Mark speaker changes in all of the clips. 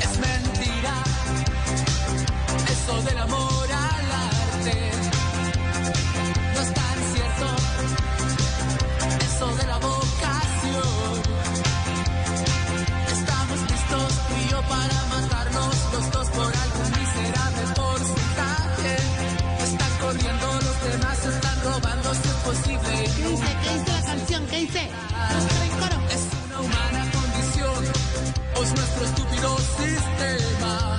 Speaker 1: Es mentira eso del amor al arte. No es tan cierto eso de la vocación. Estamos listos tú y yo para matarnos los dos por algún miserable porcentaje. Están corriendo los demás, están robando si es posible.
Speaker 2: ¿Qué dice? ¿Qué dice la canción? ¿Qué dice? Busca el coro.
Speaker 1: Es una humana condición, o es nuestro estúpido sistema.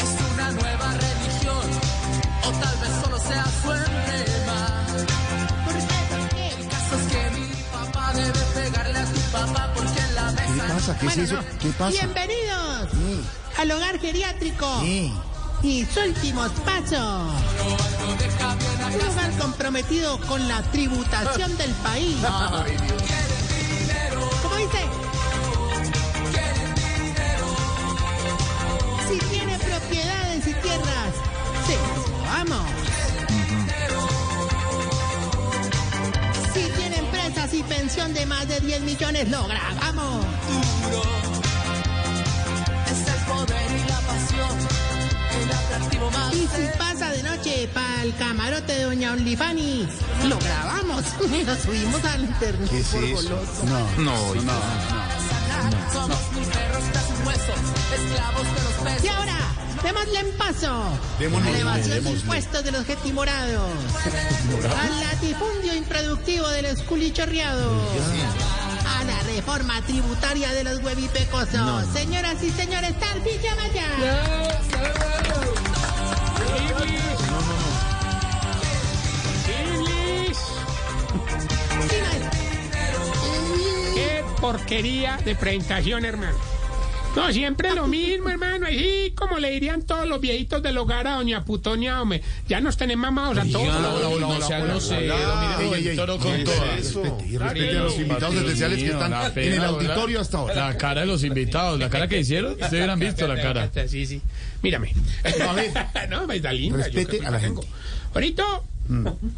Speaker 1: Es una nueva religión, o tal vez solo sea su emblema.
Speaker 2: ¿Por qué? ¿Por qué?
Speaker 1: El caso es que mi papá debe pegarle a tu papá porque en la mesa.
Speaker 3: ¿Qué pasa? ¿Qué es
Speaker 2: Bueno,
Speaker 3: eso?
Speaker 2: no.
Speaker 3: ¿Qué pasa?
Speaker 2: Bienvenidos
Speaker 3: Sí.
Speaker 2: al hogar geriátrico
Speaker 3: Sí.
Speaker 2: y sus últimos pasos. Un hogar comprometido con la tributación del país. ¿Cómo dice? Si tiene propiedades y tierras, se las robamos. Si tiene empresas y pensión de más de 10 millones, lo grabamos.
Speaker 1: Es el poder y la pasión, el atractivo más.
Speaker 2: Y si pasa de noche para el camarote de Doña Olifani, lo grabamos y lo subimos al internet.
Speaker 3: ¿Qué es
Speaker 2: por
Speaker 3: eso?
Speaker 2: goloso.
Speaker 3: No. No, no.
Speaker 1: Somos mis perros tras un hueso, esclavos de los pesos.
Speaker 2: Y ahora, démosle en paso
Speaker 3: Démosle,
Speaker 2: a la evasión de
Speaker 3: démosle.
Speaker 2: impuestos de los getimorados, al latifundio improductivo de los culichorreados, a la reforma tributaria de los huevipecosos. Señoras y señores, Tarcilla Maya.
Speaker 4: Iblis,
Speaker 2: Sí, maestro.
Speaker 4: qué porquería de presentación, hermano. No, siempre lo mismo, hermano. Así como le dirían todos los viejitos del hogar a doña Putonia, hombre. Ya nos tenés mamados a todos.
Speaker 3: Respete a los invitados especiales que están en el auditorio hasta ahora.
Speaker 5: La cara de los invitados, la cara que hicieron, ustedes hubieran visto la cara.
Speaker 4: Sí, sí. Mírame.
Speaker 3: A ver.
Speaker 4: no, me está linda. yo
Speaker 3: Respete
Speaker 4: creo que
Speaker 3: a la
Speaker 4: tengo.
Speaker 3: gente. Mm.
Speaker 4: Orito,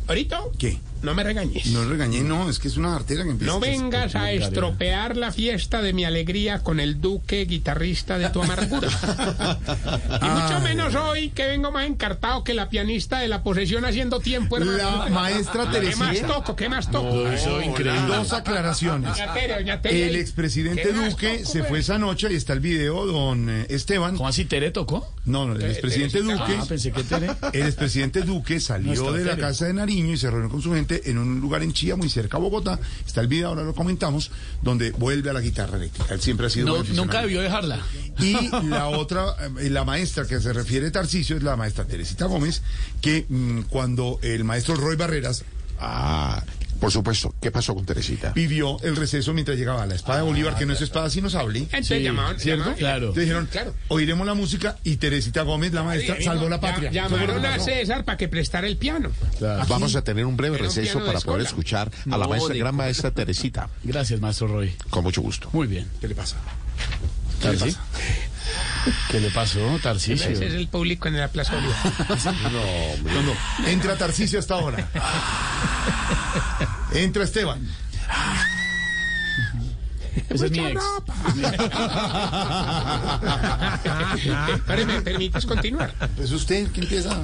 Speaker 4: Orito.
Speaker 3: ¿Qué?
Speaker 4: No me regañes.
Speaker 3: No regañé, no, es que es una artera que empieza.
Speaker 4: No vengas a estropear la fiesta de mi alegría con el duque guitarrista de tu amargura. y mucho menos hoy que vengo más encartado que la pianista de la posesión haciendo tiempo, hermano.
Speaker 3: La maestra
Speaker 4: ¿Qué más
Speaker 3: Teresita.
Speaker 4: toco? ¿Qué más toco?
Speaker 5: Eso es increíble.
Speaker 3: Dos aclaraciones.
Speaker 4: Doña Tere, doña Tere.
Speaker 3: El expresidente
Speaker 4: ¿Qué más
Speaker 3: Duque
Speaker 4: toco,
Speaker 3: se
Speaker 4: pues?
Speaker 3: fue esa noche y está el video, don eh, Esteban.
Speaker 5: ¿Cómo así Tere tocó?
Speaker 3: No, no, el expresidente Duque.
Speaker 5: Ah, pensé que Tere.
Speaker 3: El expresidente Duque salió
Speaker 5: Nuestro
Speaker 3: de la
Speaker 5: Félix.
Speaker 3: casa de Nariño y se reunió con su gente en un lugar en Chía, muy cerca a Bogotá. Está el video, ahora lo comentamos, donde vuelve a la guitarra eléctrica. Él siempre ha sido
Speaker 5: No,
Speaker 3: buen aficionado.
Speaker 5: nunca debió dejarla.
Speaker 3: Y la otra, eh, la maestra que se refiere Tarcicio es la maestra Teresita Gómez, que mm, cuando el maestro Roy Barreras
Speaker 6: Ah, por supuesto. ¿Qué pasó con Teresita?
Speaker 3: vivió el receso mientras llegaba la espada de Bolívar, que no es espada sino sable.
Speaker 4: Ah, Entonces
Speaker 5: Sí,
Speaker 4: llamaron,
Speaker 5: ¿cierto?
Speaker 4: llamaron-
Speaker 5: Claro.
Speaker 3: Te dijeron,
Speaker 4: Claro.
Speaker 3: oiremos la música y Teresita Gómez, la maestra,
Speaker 4: Sí,
Speaker 3: salvó la
Speaker 4: ya-
Speaker 3: patria.
Speaker 4: Llamaron a César para que prestara el piano.
Speaker 6: Vamos a tener un breve
Speaker 4: Era un
Speaker 6: receso
Speaker 4: piano de
Speaker 6: para poder
Speaker 4: escuela.
Speaker 6: escuchar a la
Speaker 5: No,
Speaker 6: maestra,
Speaker 5: de-
Speaker 6: gran maestra Teresita.
Speaker 5: Gracias, maestro Roy.
Speaker 6: Con mucho gusto.
Speaker 5: Muy bien.
Speaker 3: ¿Qué le pasa?
Speaker 5: Tarsi. ¿Qué le pasó, Tarcisio?
Speaker 4: Ese es el público en la Plaza Bolívar.
Speaker 3: No, no. Entra Tarcisio hasta ahora. Entra Esteban.
Speaker 5: Ese es mi ex.
Speaker 4: Pero me permites continuar.
Speaker 3: Es usted que empieza.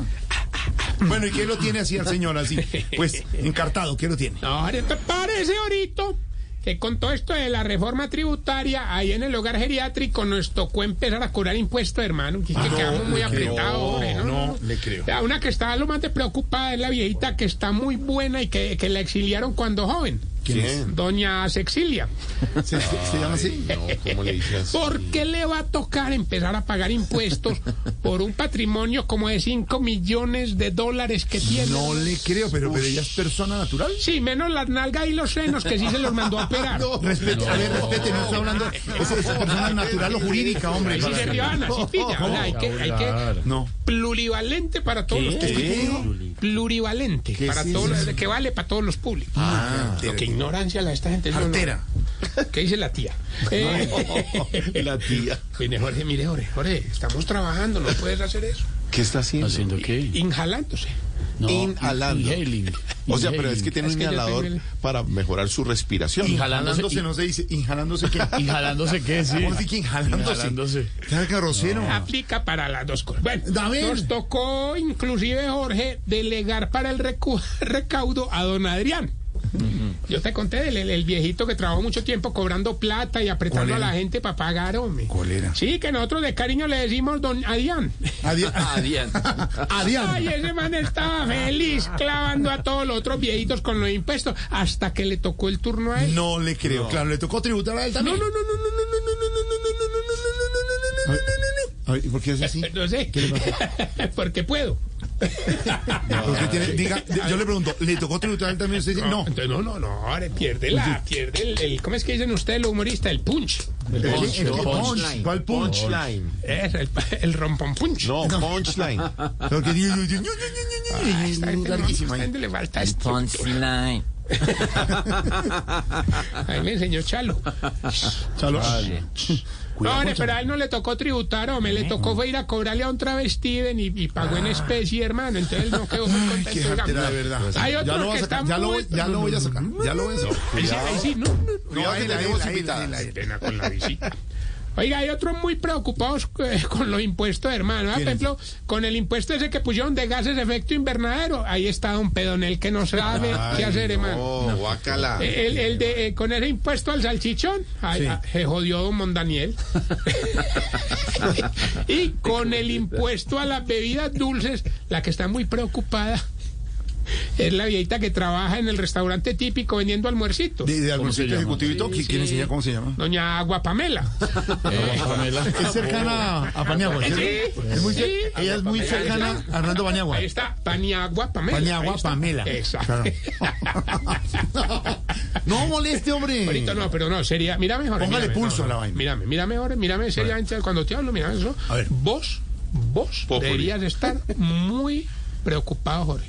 Speaker 3: Bueno, ¿y qué lo tiene así al señor así? Pues encartado, ¿qué lo tiene?
Speaker 4: Ahora te parece, Orito, que con todo esto de la reforma tributaria, ahí en el hogar geriátrico nos tocó empezar a cobrar impuestos, hermano. que es que
Speaker 3: Ah, no,
Speaker 4: quedamos muy
Speaker 3: le creo.
Speaker 4: apretados, hombre, ¿no?
Speaker 3: No, le creo.
Speaker 4: Ya, Una que estaba lo más despreocupada es la viejita que está muy buena y que, que la exiliaron cuando joven.
Speaker 3: ¿Quién es?
Speaker 4: Doña Sexilia.
Speaker 3: ¿Se, se- se llama así?
Speaker 6: No, ¿cómo le dices?
Speaker 4: ¿Por qué le va a tocar empezar a pagar impuestos por un patrimonio como de 5 millones de dólares que tiene?
Speaker 3: No le creo, pero, pero ella es persona natural.
Speaker 4: Sí, menos las nalgas y los senos que sí se los mandó a operar.
Speaker 3: Respete, a ver, respete, no estoy hablando. ¿Es, es persona natural o jurídica, hombre?
Speaker 4: Ahí sí se rían, así pilla. O sea, hay que, hay que
Speaker 3: No.
Speaker 4: plurivalente para todos los públicos. Plurivalente
Speaker 3: ¿Qué
Speaker 4: para
Speaker 3: es
Speaker 4: todos
Speaker 3: eso?
Speaker 4: los, que vale para todos los públicos.
Speaker 3: Ah,
Speaker 4: Lo que ignorancia la de esta gente. no, no.
Speaker 3: Cartera.
Speaker 4: ¿Qué dice la tía? Eh,
Speaker 6: La tía.
Speaker 4: Mire, Jorge, mire, Jorge, Jorge, estamos trabajando, no puedes hacer eso.
Speaker 6: ¿Qué está haciendo?
Speaker 5: ¿Haciendo qué?
Speaker 4: Inhalándose.
Speaker 6: Inhalando.
Speaker 5: Inhaling.
Speaker 6: O sea, pero es que
Speaker 5: Inhaling.
Speaker 6: tiene
Speaker 4: Es
Speaker 6: un
Speaker 4: que yo
Speaker 6: inhalador
Speaker 4: tengo el-
Speaker 6: para mejorar su respiración.
Speaker 3: Inhalándose no se dice. Inhalándose qué.
Speaker 5: Inhalándose qué, sí.
Speaker 3: ¿Cómo se dice inhalándose?
Speaker 5: Inhalándose.
Speaker 3: Está grosero.
Speaker 4: Aplica para las dos cosas. Bueno,
Speaker 3: David.
Speaker 4: nos tocó inclusive, Jorge, delegar para el recu- recaudo a don Adrián. Yo te conté del el, el viejito que trabajó mucho tiempo cobrando plata y apretando a
Speaker 3: era?
Speaker 4: la gente para pagar, hombre.
Speaker 3: ¿Cuál era?
Speaker 4: Sí, que nosotros de cariño le decimos don Adrián.
Speaker 3: Adiós.
Speaker 4: Ay,
Speaker 3: Adiós.
Speaker 4: ese man estaba feliz clavando a todos los otros viejitos con los impuestos hasta que le tocó el turno a él.
Speaker 3: No le creo. Claro, le tocó tributar a él
Speaker 4: no, no,
Speaker 3: también.
Speaker 4: no, no, no, no, no, no, no, no, no, no, no, no, no, no, no, no, no, no, no.
Speaker 3: A ver, ¿y ¿Por qué hace así?
Speaker 4: No sé. Porque puedo.
Speaker 3: ¿Por qué tiene- diga, yo le pregunto, ¿le tocó tributar a él también? Usted dice, no.
Speaker 4: Entonces, no, no, no, ahora pierde la, pierde el, el- ¿cómo es que dicen ustedes los humoristas? El punch.
Speaker 3: El punch, el punch. ¿Cuál punch?
Speaker 4: Es el, el rompón punch.
Speaker 6: No, punchline.
Speaker 3: Lo que digo, yo- yo- yo- yo- yo- yo- yo-
Speaker 4: A esta gente, no, a esta
Speaker 3: larguísimo ahí.
Speaker 4: gente le falta estructura. Ahí me enseñó Chalo.
Speaker 3: Chalo.
Speaker 4: No, hombre, pero a él no le tocó tributar, hombre, le tocó fue ir a cobrarle a un travesti ven, y, y pagó en especie, hermano. Entonces él no quedó muy
Speaker 3: Ah. Qué
Speaker 4: contento.
Speaker 3: jartera, de verdad.
Speaker 4: Hay
Speaker 3: Ya
Speaker 4: otros
Speaker 3: lo voy
Speaker 4: que
Speaker 3: a sacar,
Speaker 4: están
Speaker 3: ya lo
Speaker 4: muy...
Speaker 3: voy- ya lo voy a sacar. Ya lo voy a
Speaker 4: Ahí sí,
Speaker 3: sacar.
Speaker 4: ahí sí, no, no, no.
Speaker 3: Cuidado
Speaker 6: ahí
Speaker 3: que
Speaker 6: la-
Speaker 3: tenemos
Speaker 6: ahí la-
Speaker 3: invitadas.
Speaker 6: ahí
Speaker 4: pena con la visita. Oiga, hay otros muy preocupados eh, con los impuestos, hermano. Ah, Por ejemplo, con el impuesto ese que pusieron de gases de efecto invernadero, ahí está un pedonel que no sabe qué hacer, hermano.
Speaker 6: Oh, guácala.
Speaker 4: El, el de, eh, con ese impuesto al salchichón, ay, ah, se jodió don Mondaniel. y con el impuesto a las bebidas dulces, la que está muy preocupada es la viejita que trabaja en el restaurante típico vendiendo almuercitos.
Speaker 3: De, de algún
Speaker 5: se
Speaker 3: sitio
Speaker 5: llama?
Speaker 3: ejecutivo y todo, ¿qui- ¿quién enseña cómo se llama?
Speaker 4: Doña Agua Pamela.
Speaker 5: Eh, Pamela.
Speaker 3: Es cercana a Paniagua,
Speaker 4: Sí,
Speaker 3: ¿cierto? Es muy cer-
Speaker 4: sí.
Speaker 3: Ella es muy cercana a Hernando Paniagua.
Speaker 4: Ahí está, Paniagua Pamela.
Speaker 3: Paniagua
Speaker 4: Ahí está.
Speaker 3: Pamela.
Speaker 4: Exacto.
Speaker 3: Claro. No moleste, hombre.
Speaker 4: Ahorita no, pero no, sería. Mira mejor.
Speaker 3: Póngale
Speaker 4: mírame,
Speaker 3: pulso
Speaker 4: no,
Speaker 3: a la
Speaker 4: no,
Speaker 3: vaina.
Speaker 4: Mírame, mira mejor, mírame seriamente cuando te hablo, mira eso.
Speaker 3: A ver.
Speaker 4: Vos, vos
Speaker 6: Populi.
Speaker 4: deberías estar muy preocupado, Jorge.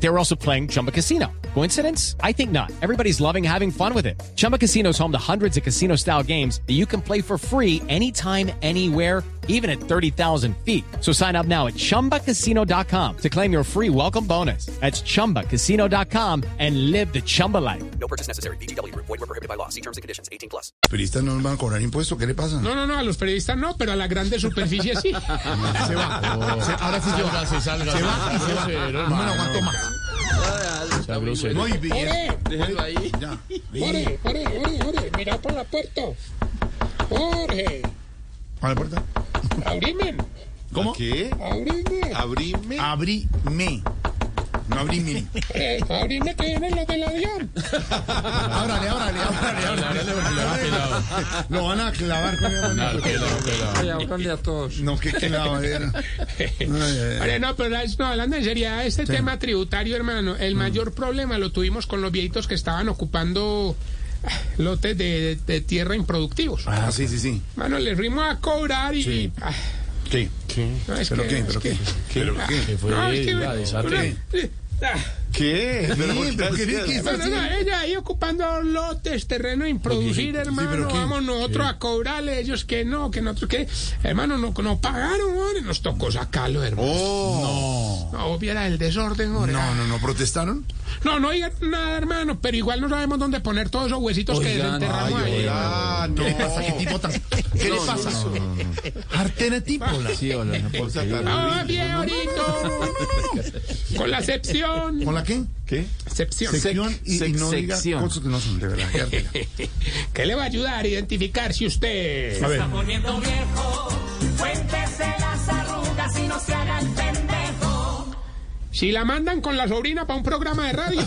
Speaker 7: They were also playing Chumba Casino. Coincidence? I think not. Everybody's loving having fun with it. Chumba Casino is home to hundreds of casino style games that you can play for free anytime, anywhere even at 30,000 feet. So sign up now at ChumbaCasino.com to claim your free welcome bonus. That's ChumbaCasino.com and live the Chumba life.
Speaker 8: No purchase necessary. VGW Group. Void were prohibited by law. See terms and conditions. 18 plus.
Speaker 3: periodistas no nos van a cobrar impuestos, ¿qué le pasa?
Speaker 4: No, no, no, a los periodistas no, pero a la grande superficie sí.
Speaker 3: Se va. Se- ahora sí se va.
Speaker 5: Sálgase, sálgase.
Speaker 3: Se va y se va.
Speaker 5: Grosero,
Speaker 3: Ah, No me
Speaker 5: hermano.
Speaker 3: lo aguanto más.
Speaker 5: Sea grosero.
Speaker 3: No, y, y-
Speaker 9: Déjalo ahí.
Speaker 3: ya.
Speaker 4: Jorge, Jorge, Jorge, Jorge, mira por la puerta. Jorge,
Speaker 3: ¿A la puerta?
Speaker 4: abrime,
Speaker 3: ¿Cómo? Ah,
Speaker 6: ¿Qué?
Speaker 4: abrime.
Speaker 6: Abrime.
Speaker 3: Abrime. No abrime.
Speaker 4: Eh, abrime que vienen los del avión.
Speaker 3: Ábrale, ábrale, ábrale, ábrale. Lo van a clavar con el
Speaker 5: Al pelo, al pelo.
Speaker 9: Ay, ábrale a todos.
Speaker 3: No, qué clavadera.
Speaker 4: Ahora, no, pero es- no, hablando en serio, este tema tributario, hermano,
Speaker 3: Mm.
Speaker 4: el mayor problema lo tuvimos con los viejitos que estaban ocupando ah, lotes de, de tierra improductivos.
Speaker 3: Ah, sí, sí, sí.
Speaker 4: Mano, les fuimos a cobrar y...
Speaker 3: Sí.
Speaker 4: ah,
Speaker 3: ¿Qué?
Speaker 4: no, es
Speaker 3: ¿Pero
Speaker 4: que-
Speaker 3: qué?
Speaker 4: es
Speaker 3: ¿Pero
Speaker 4: que-
Speaker 3: qué? ¿Pero qué?
Speaker 5: Que fue
Speaker 4: no, es que-
Speaker 5: la desastre.
Speaker 4: Ah,
Speaker 6: ¿Qué?
Speaker 3: Pero, ¿por qué
Speaker 6: ¿Qué?
Speaker 3: dices que-
Speaker 4: bueno, no, ella ahí ocupando lotes, terreno improducir, hermano.
Speaker 3: pero ¿qué?
Speaker 4: vamos nosotros a cobrarle, ellos que no, que nosotros que. Hermano, no, no pagaron, hombre, nos tocó sacarlo, hermano.
Speaker 3: Oh,
Speaker 4: No, viera el desorden,
Speaker 3: no.
Speaker 4: hombre.
Speaker 3: No, no, no, protestaron.
Speaker 4: No, no digan nada, hermano, pero igual no sabemos dónde poner todos esos huesitos que
Speaker 9: Oigan,
Speaker 4: desenterramos
Speaker 9: ay,
Speaker 4: ahí.
Speaker 6: Ah, no.
Speaker 3: ¿Qué le pasa? ¿Qué tipo tan.? ¿Qué le pasa? Artera tipo. la-
Speaker 9: Sí, hola, no puedo
Speaker 4: ¡Ah, bien, ahorita! Con la excepción.
Speaker 3: ¿Con la qué?
Speaker 6: ¿Qué?
Speaker 4: Sección.
Speaker 3: Sección y, y no diga
Speaker 9: sección.
Speaker 3: cosas que no son de verdad. Gártela.
Speaker 4: ¿Qué le va a ayudar a identificar si usted...
Speaker 3: A ver,
Speaker 1: Poniendo viejo, cuéntese las arrugas y no se haga el pendejo.
Speaker 4: Si la mandan con la sobrina para un programa de radio.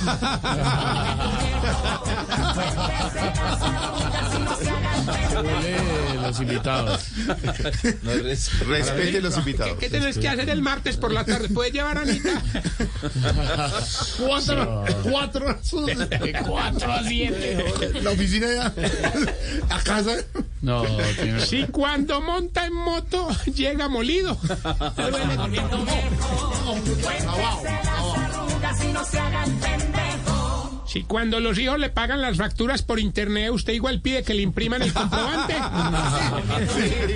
Speaker 5: Huele Eh, los invitados.
Speaker 3: respete los invitados.
Speaker 4: ¿Qué tenés que hacer el martes por la tarde? ¿Puedes llevar a Anita?
Speaker 3: Cuatro, cuatro horas.
Speaker 4: De 4 a 7.
Speaker 3: La oficina ya. A casa.
Speaker 5: No, tiene...
Speaker 4: Si cuando monta en moto llega molido. Si cuando los hijos le pagan las facturas por internet, usted igual pide que le impriman el comprobante.
Speaker 3: Sí, sí, sí,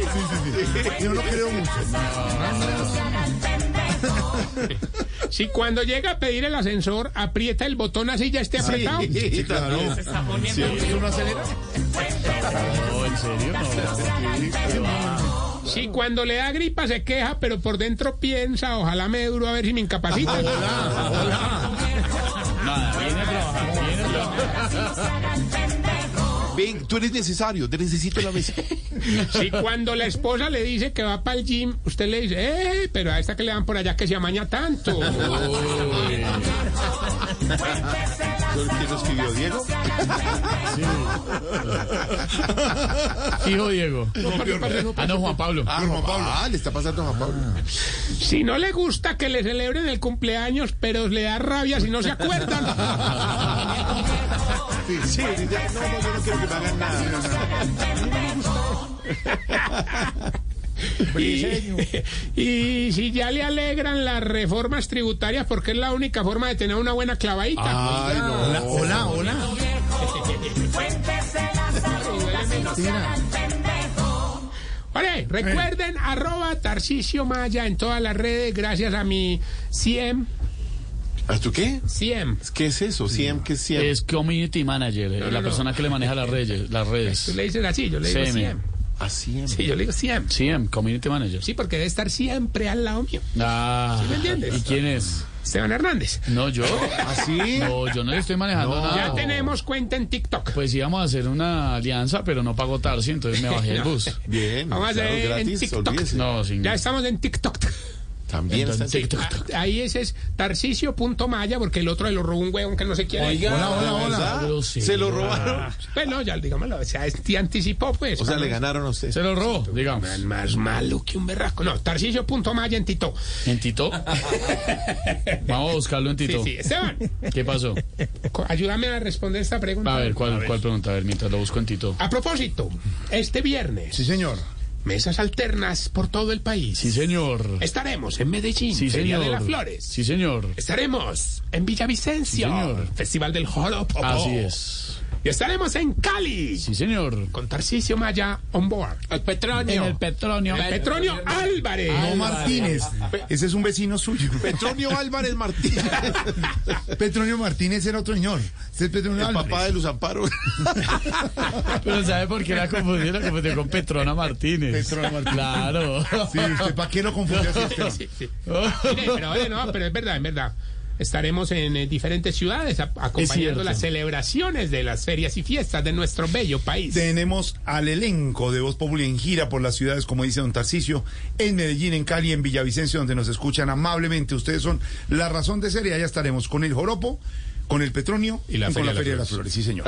Speaker 3: sí. Yo no creo mucho.
Speaker 4: Si cuando llega a pedir el ascensor, aprieta el botón así ya esté apretado.
Speaker 3: Sí, claro. Si es una acelera.
Speaker 5: No, en serio, no.
Speaker 4: Si cuando le da gripa se queja, pero por dentro piensa, ojalá me duro a ver si me incapacita.
Speaker 5: Nada, viene a trabajar, viene a trabajar.
Speaker 6: Ven, tú eres necesario, te necesito la mesa.
Speaker 4: Si cuando la esposa le dice que va para el gym, usted le dice, ¡eh! Pero a esta que le dan por allá que se amaña tanto.
Speaker 6: ¿Qué nos escribió Diego?
Speaker 5: Hijo Diego. Ah, no, Juan Pablo.
Speaker 6: Ah, Juan Pablo. Ah, le está pasando a Juan Pablo.
Speaker 4: Si no le gusta que le celebren el cumpleaños, pero le da rabia si no se acuerdan.
Speaker 6: Sí, sí, ya, no, no, yo no quiero que me hagan nada.
Speaker 4: Y, y si ya le alegran las reformas tributarias, porque es la única forma de tener una buena clavadita.
Speaker 5: Ah.
Speaker 6: Ay, no.
Speaker 3: Hola, hola, hola. Mira,
Speaker 5: Eh.
Speaker 4: Vale, recuerden, arroba Tarcisio Maya en todas las redes, gracias a mi CIEM.
Speaker 6: ¿Ah, ¿Tú qué?
Speaker 4: CIEM.
Speaker 6: ¿Qué es eso? ¿Ciem? ¿Qué es Ciem?
Speaker 5: Es community manager, eh, la
Speaker 4: no.
Speaker 5: persona que le maneja las redes. Las
Speaker 4: Tú
Speaker 5: redes.
Speaker 4: le dices así, yo le digo
Speaker 5: CIEM.
Speaker 4: CIEM.
Speaker 6: Ah, Ciem.
Speaker 4: Sí, yo le digo CIEM.
Speaker 5: CM, em, community manager.
Speaker 4: Sí, porque debe estar siempre al lado mío.
Speaker 5: Ah,
Speaker 4: me entiendes?
Speaker 5: ¿y quién es?
Speaker 4: Esteban Hernández.
Speaker 5: No, yo.
Speaker 6: ¿Ah, sí?
Speaker 5: No, yo no le estoy manejando nada.
Speaker 4: Ya tenemos cuenta en TikTok.
Speaker 5: Ah. Pues íbamos a hacer una alianza, pero no pagó Tarsi, entonces me bajé el bus.
Speaker 6: Bien,
Speaker 4: Vamos a
Speaker 6: claro,
Speaker 4: hacer en
Speaker 6: gratis,
Speaker 4: TikTok.
Speaker 6: olvídese.
Speaker 5: No, sin
Speaker 4: Ya estamos en TikTok. Ah,
Speaker 6: También está en
Speaker 5: Entonces,
Speaker 6: TikTok.
Speaker 5: TikTok.
Speaker 4: Ahí ese es tarcisio.maya, porque el otro se lo robó un huevón que no se quiere.
Speaker 6: Hola, hola, hola.
Speaker 5: grosero.
Speaker 6: Se lo robaron.
Speaker 4: Bueno, Pues, ya digámoslo, o sea, este anticipó, pues.
Speaker 6: O sea, le
Speaker 4: Vamos.
Speaker 6: ganaron a usted.
Speaker 5: Se lo robó, digamos.
Speaker 4: Man, más malo que un berraco. No, tarcisio.maya en Tito.
Speaker 5: En Tito. Vamos a buscarlo en
Speaker 4: Sí,
Speaker 5: Tito.
Speaker 4: sí, Esteban,
Speaker 5: ¿Qué pasó?
Speaker 4: co- ayúdame a responder esta pregunta.
Speaker 5: A ver, ¿cuál, cuál pregunta? A ver, mientras lo busco en Tito.
Speaker 4: A propósito, este viernes,
Speaker 3: Sí, señor.
Speaker 4: mesas alternas por todo el país.
Speaker 5: Sí, señor.
Speaker 4: Estaremos en Medellín,
Speaker 5: Sí,
Speaker 4: Feria de
Speaker 5: señor.
Speaker 4: las Flores.
Speaker 5: Sí, señor.
Speaker 4: Estaremos en Villavicencio,
Speaker 5: Sí, señor.
Speaker 4: Festival del Joropo.
Speaker 5: Así es.
Speaker 4: Y estaremos en Cali,
Speaker 5: Sí, señor.
Speaker 4: con Tarcisio Maya on board.
Speaker 9: El petróleo.
Speaker 5: En el petróleo.
Speaker 4: Petronio Álvarez.
Speaker 3: No Martínez. Ese es un vecino suyo.
Speaker 6: Petronio Álvarez Martínez.
Speaker 3: Petronio Martínez era otro señor. Este es Petronio
Speaker 6: El papá
Speaker 3: Álvarez.
Speaker 6: de Luz Amparo.
Speaker 5: Pero ¿sabe por qué la confundí? La confundí con Petrona Martínez.
Speaker 3: Petrona Martínez.
Speaker 5: Claro.
Speaker 3: Sí, usted, ¿para qué lo confundió así, Esteban?
Speaker 4: Sí, sí. Mire, pero, oye, no, pero es verdad, es verdad. Estaremos en eh, diferentes ciudades a- acompañando
Speaker 5: cierto.
Speaker 4: las celebraciones de las ferias y fiestas de nuestro bello país.
Speaker 3: Tenemos al elenco de Voz Populi en gira por las ciudades, como dice don Tarcicio, en Medellín, en Cali, en Villavicencio, donde nos escuchan amablemente. Ustedes son la razón de ser y allá estaremos con el joropo, con el petronio y,
Speaker 4: la
Speaker 3: con
Speaker 4: Feria
Speaker 3: la
Speaker 4: de las
Speaker 3: Feria de las Flores. Sí, señor.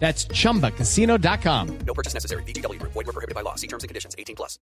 Speaker 7: That's chumbacasino.com.
Speaker 8: No purchase necessary. VGW Group. Void were prohibited by law. See terms and conditions. 18 plus.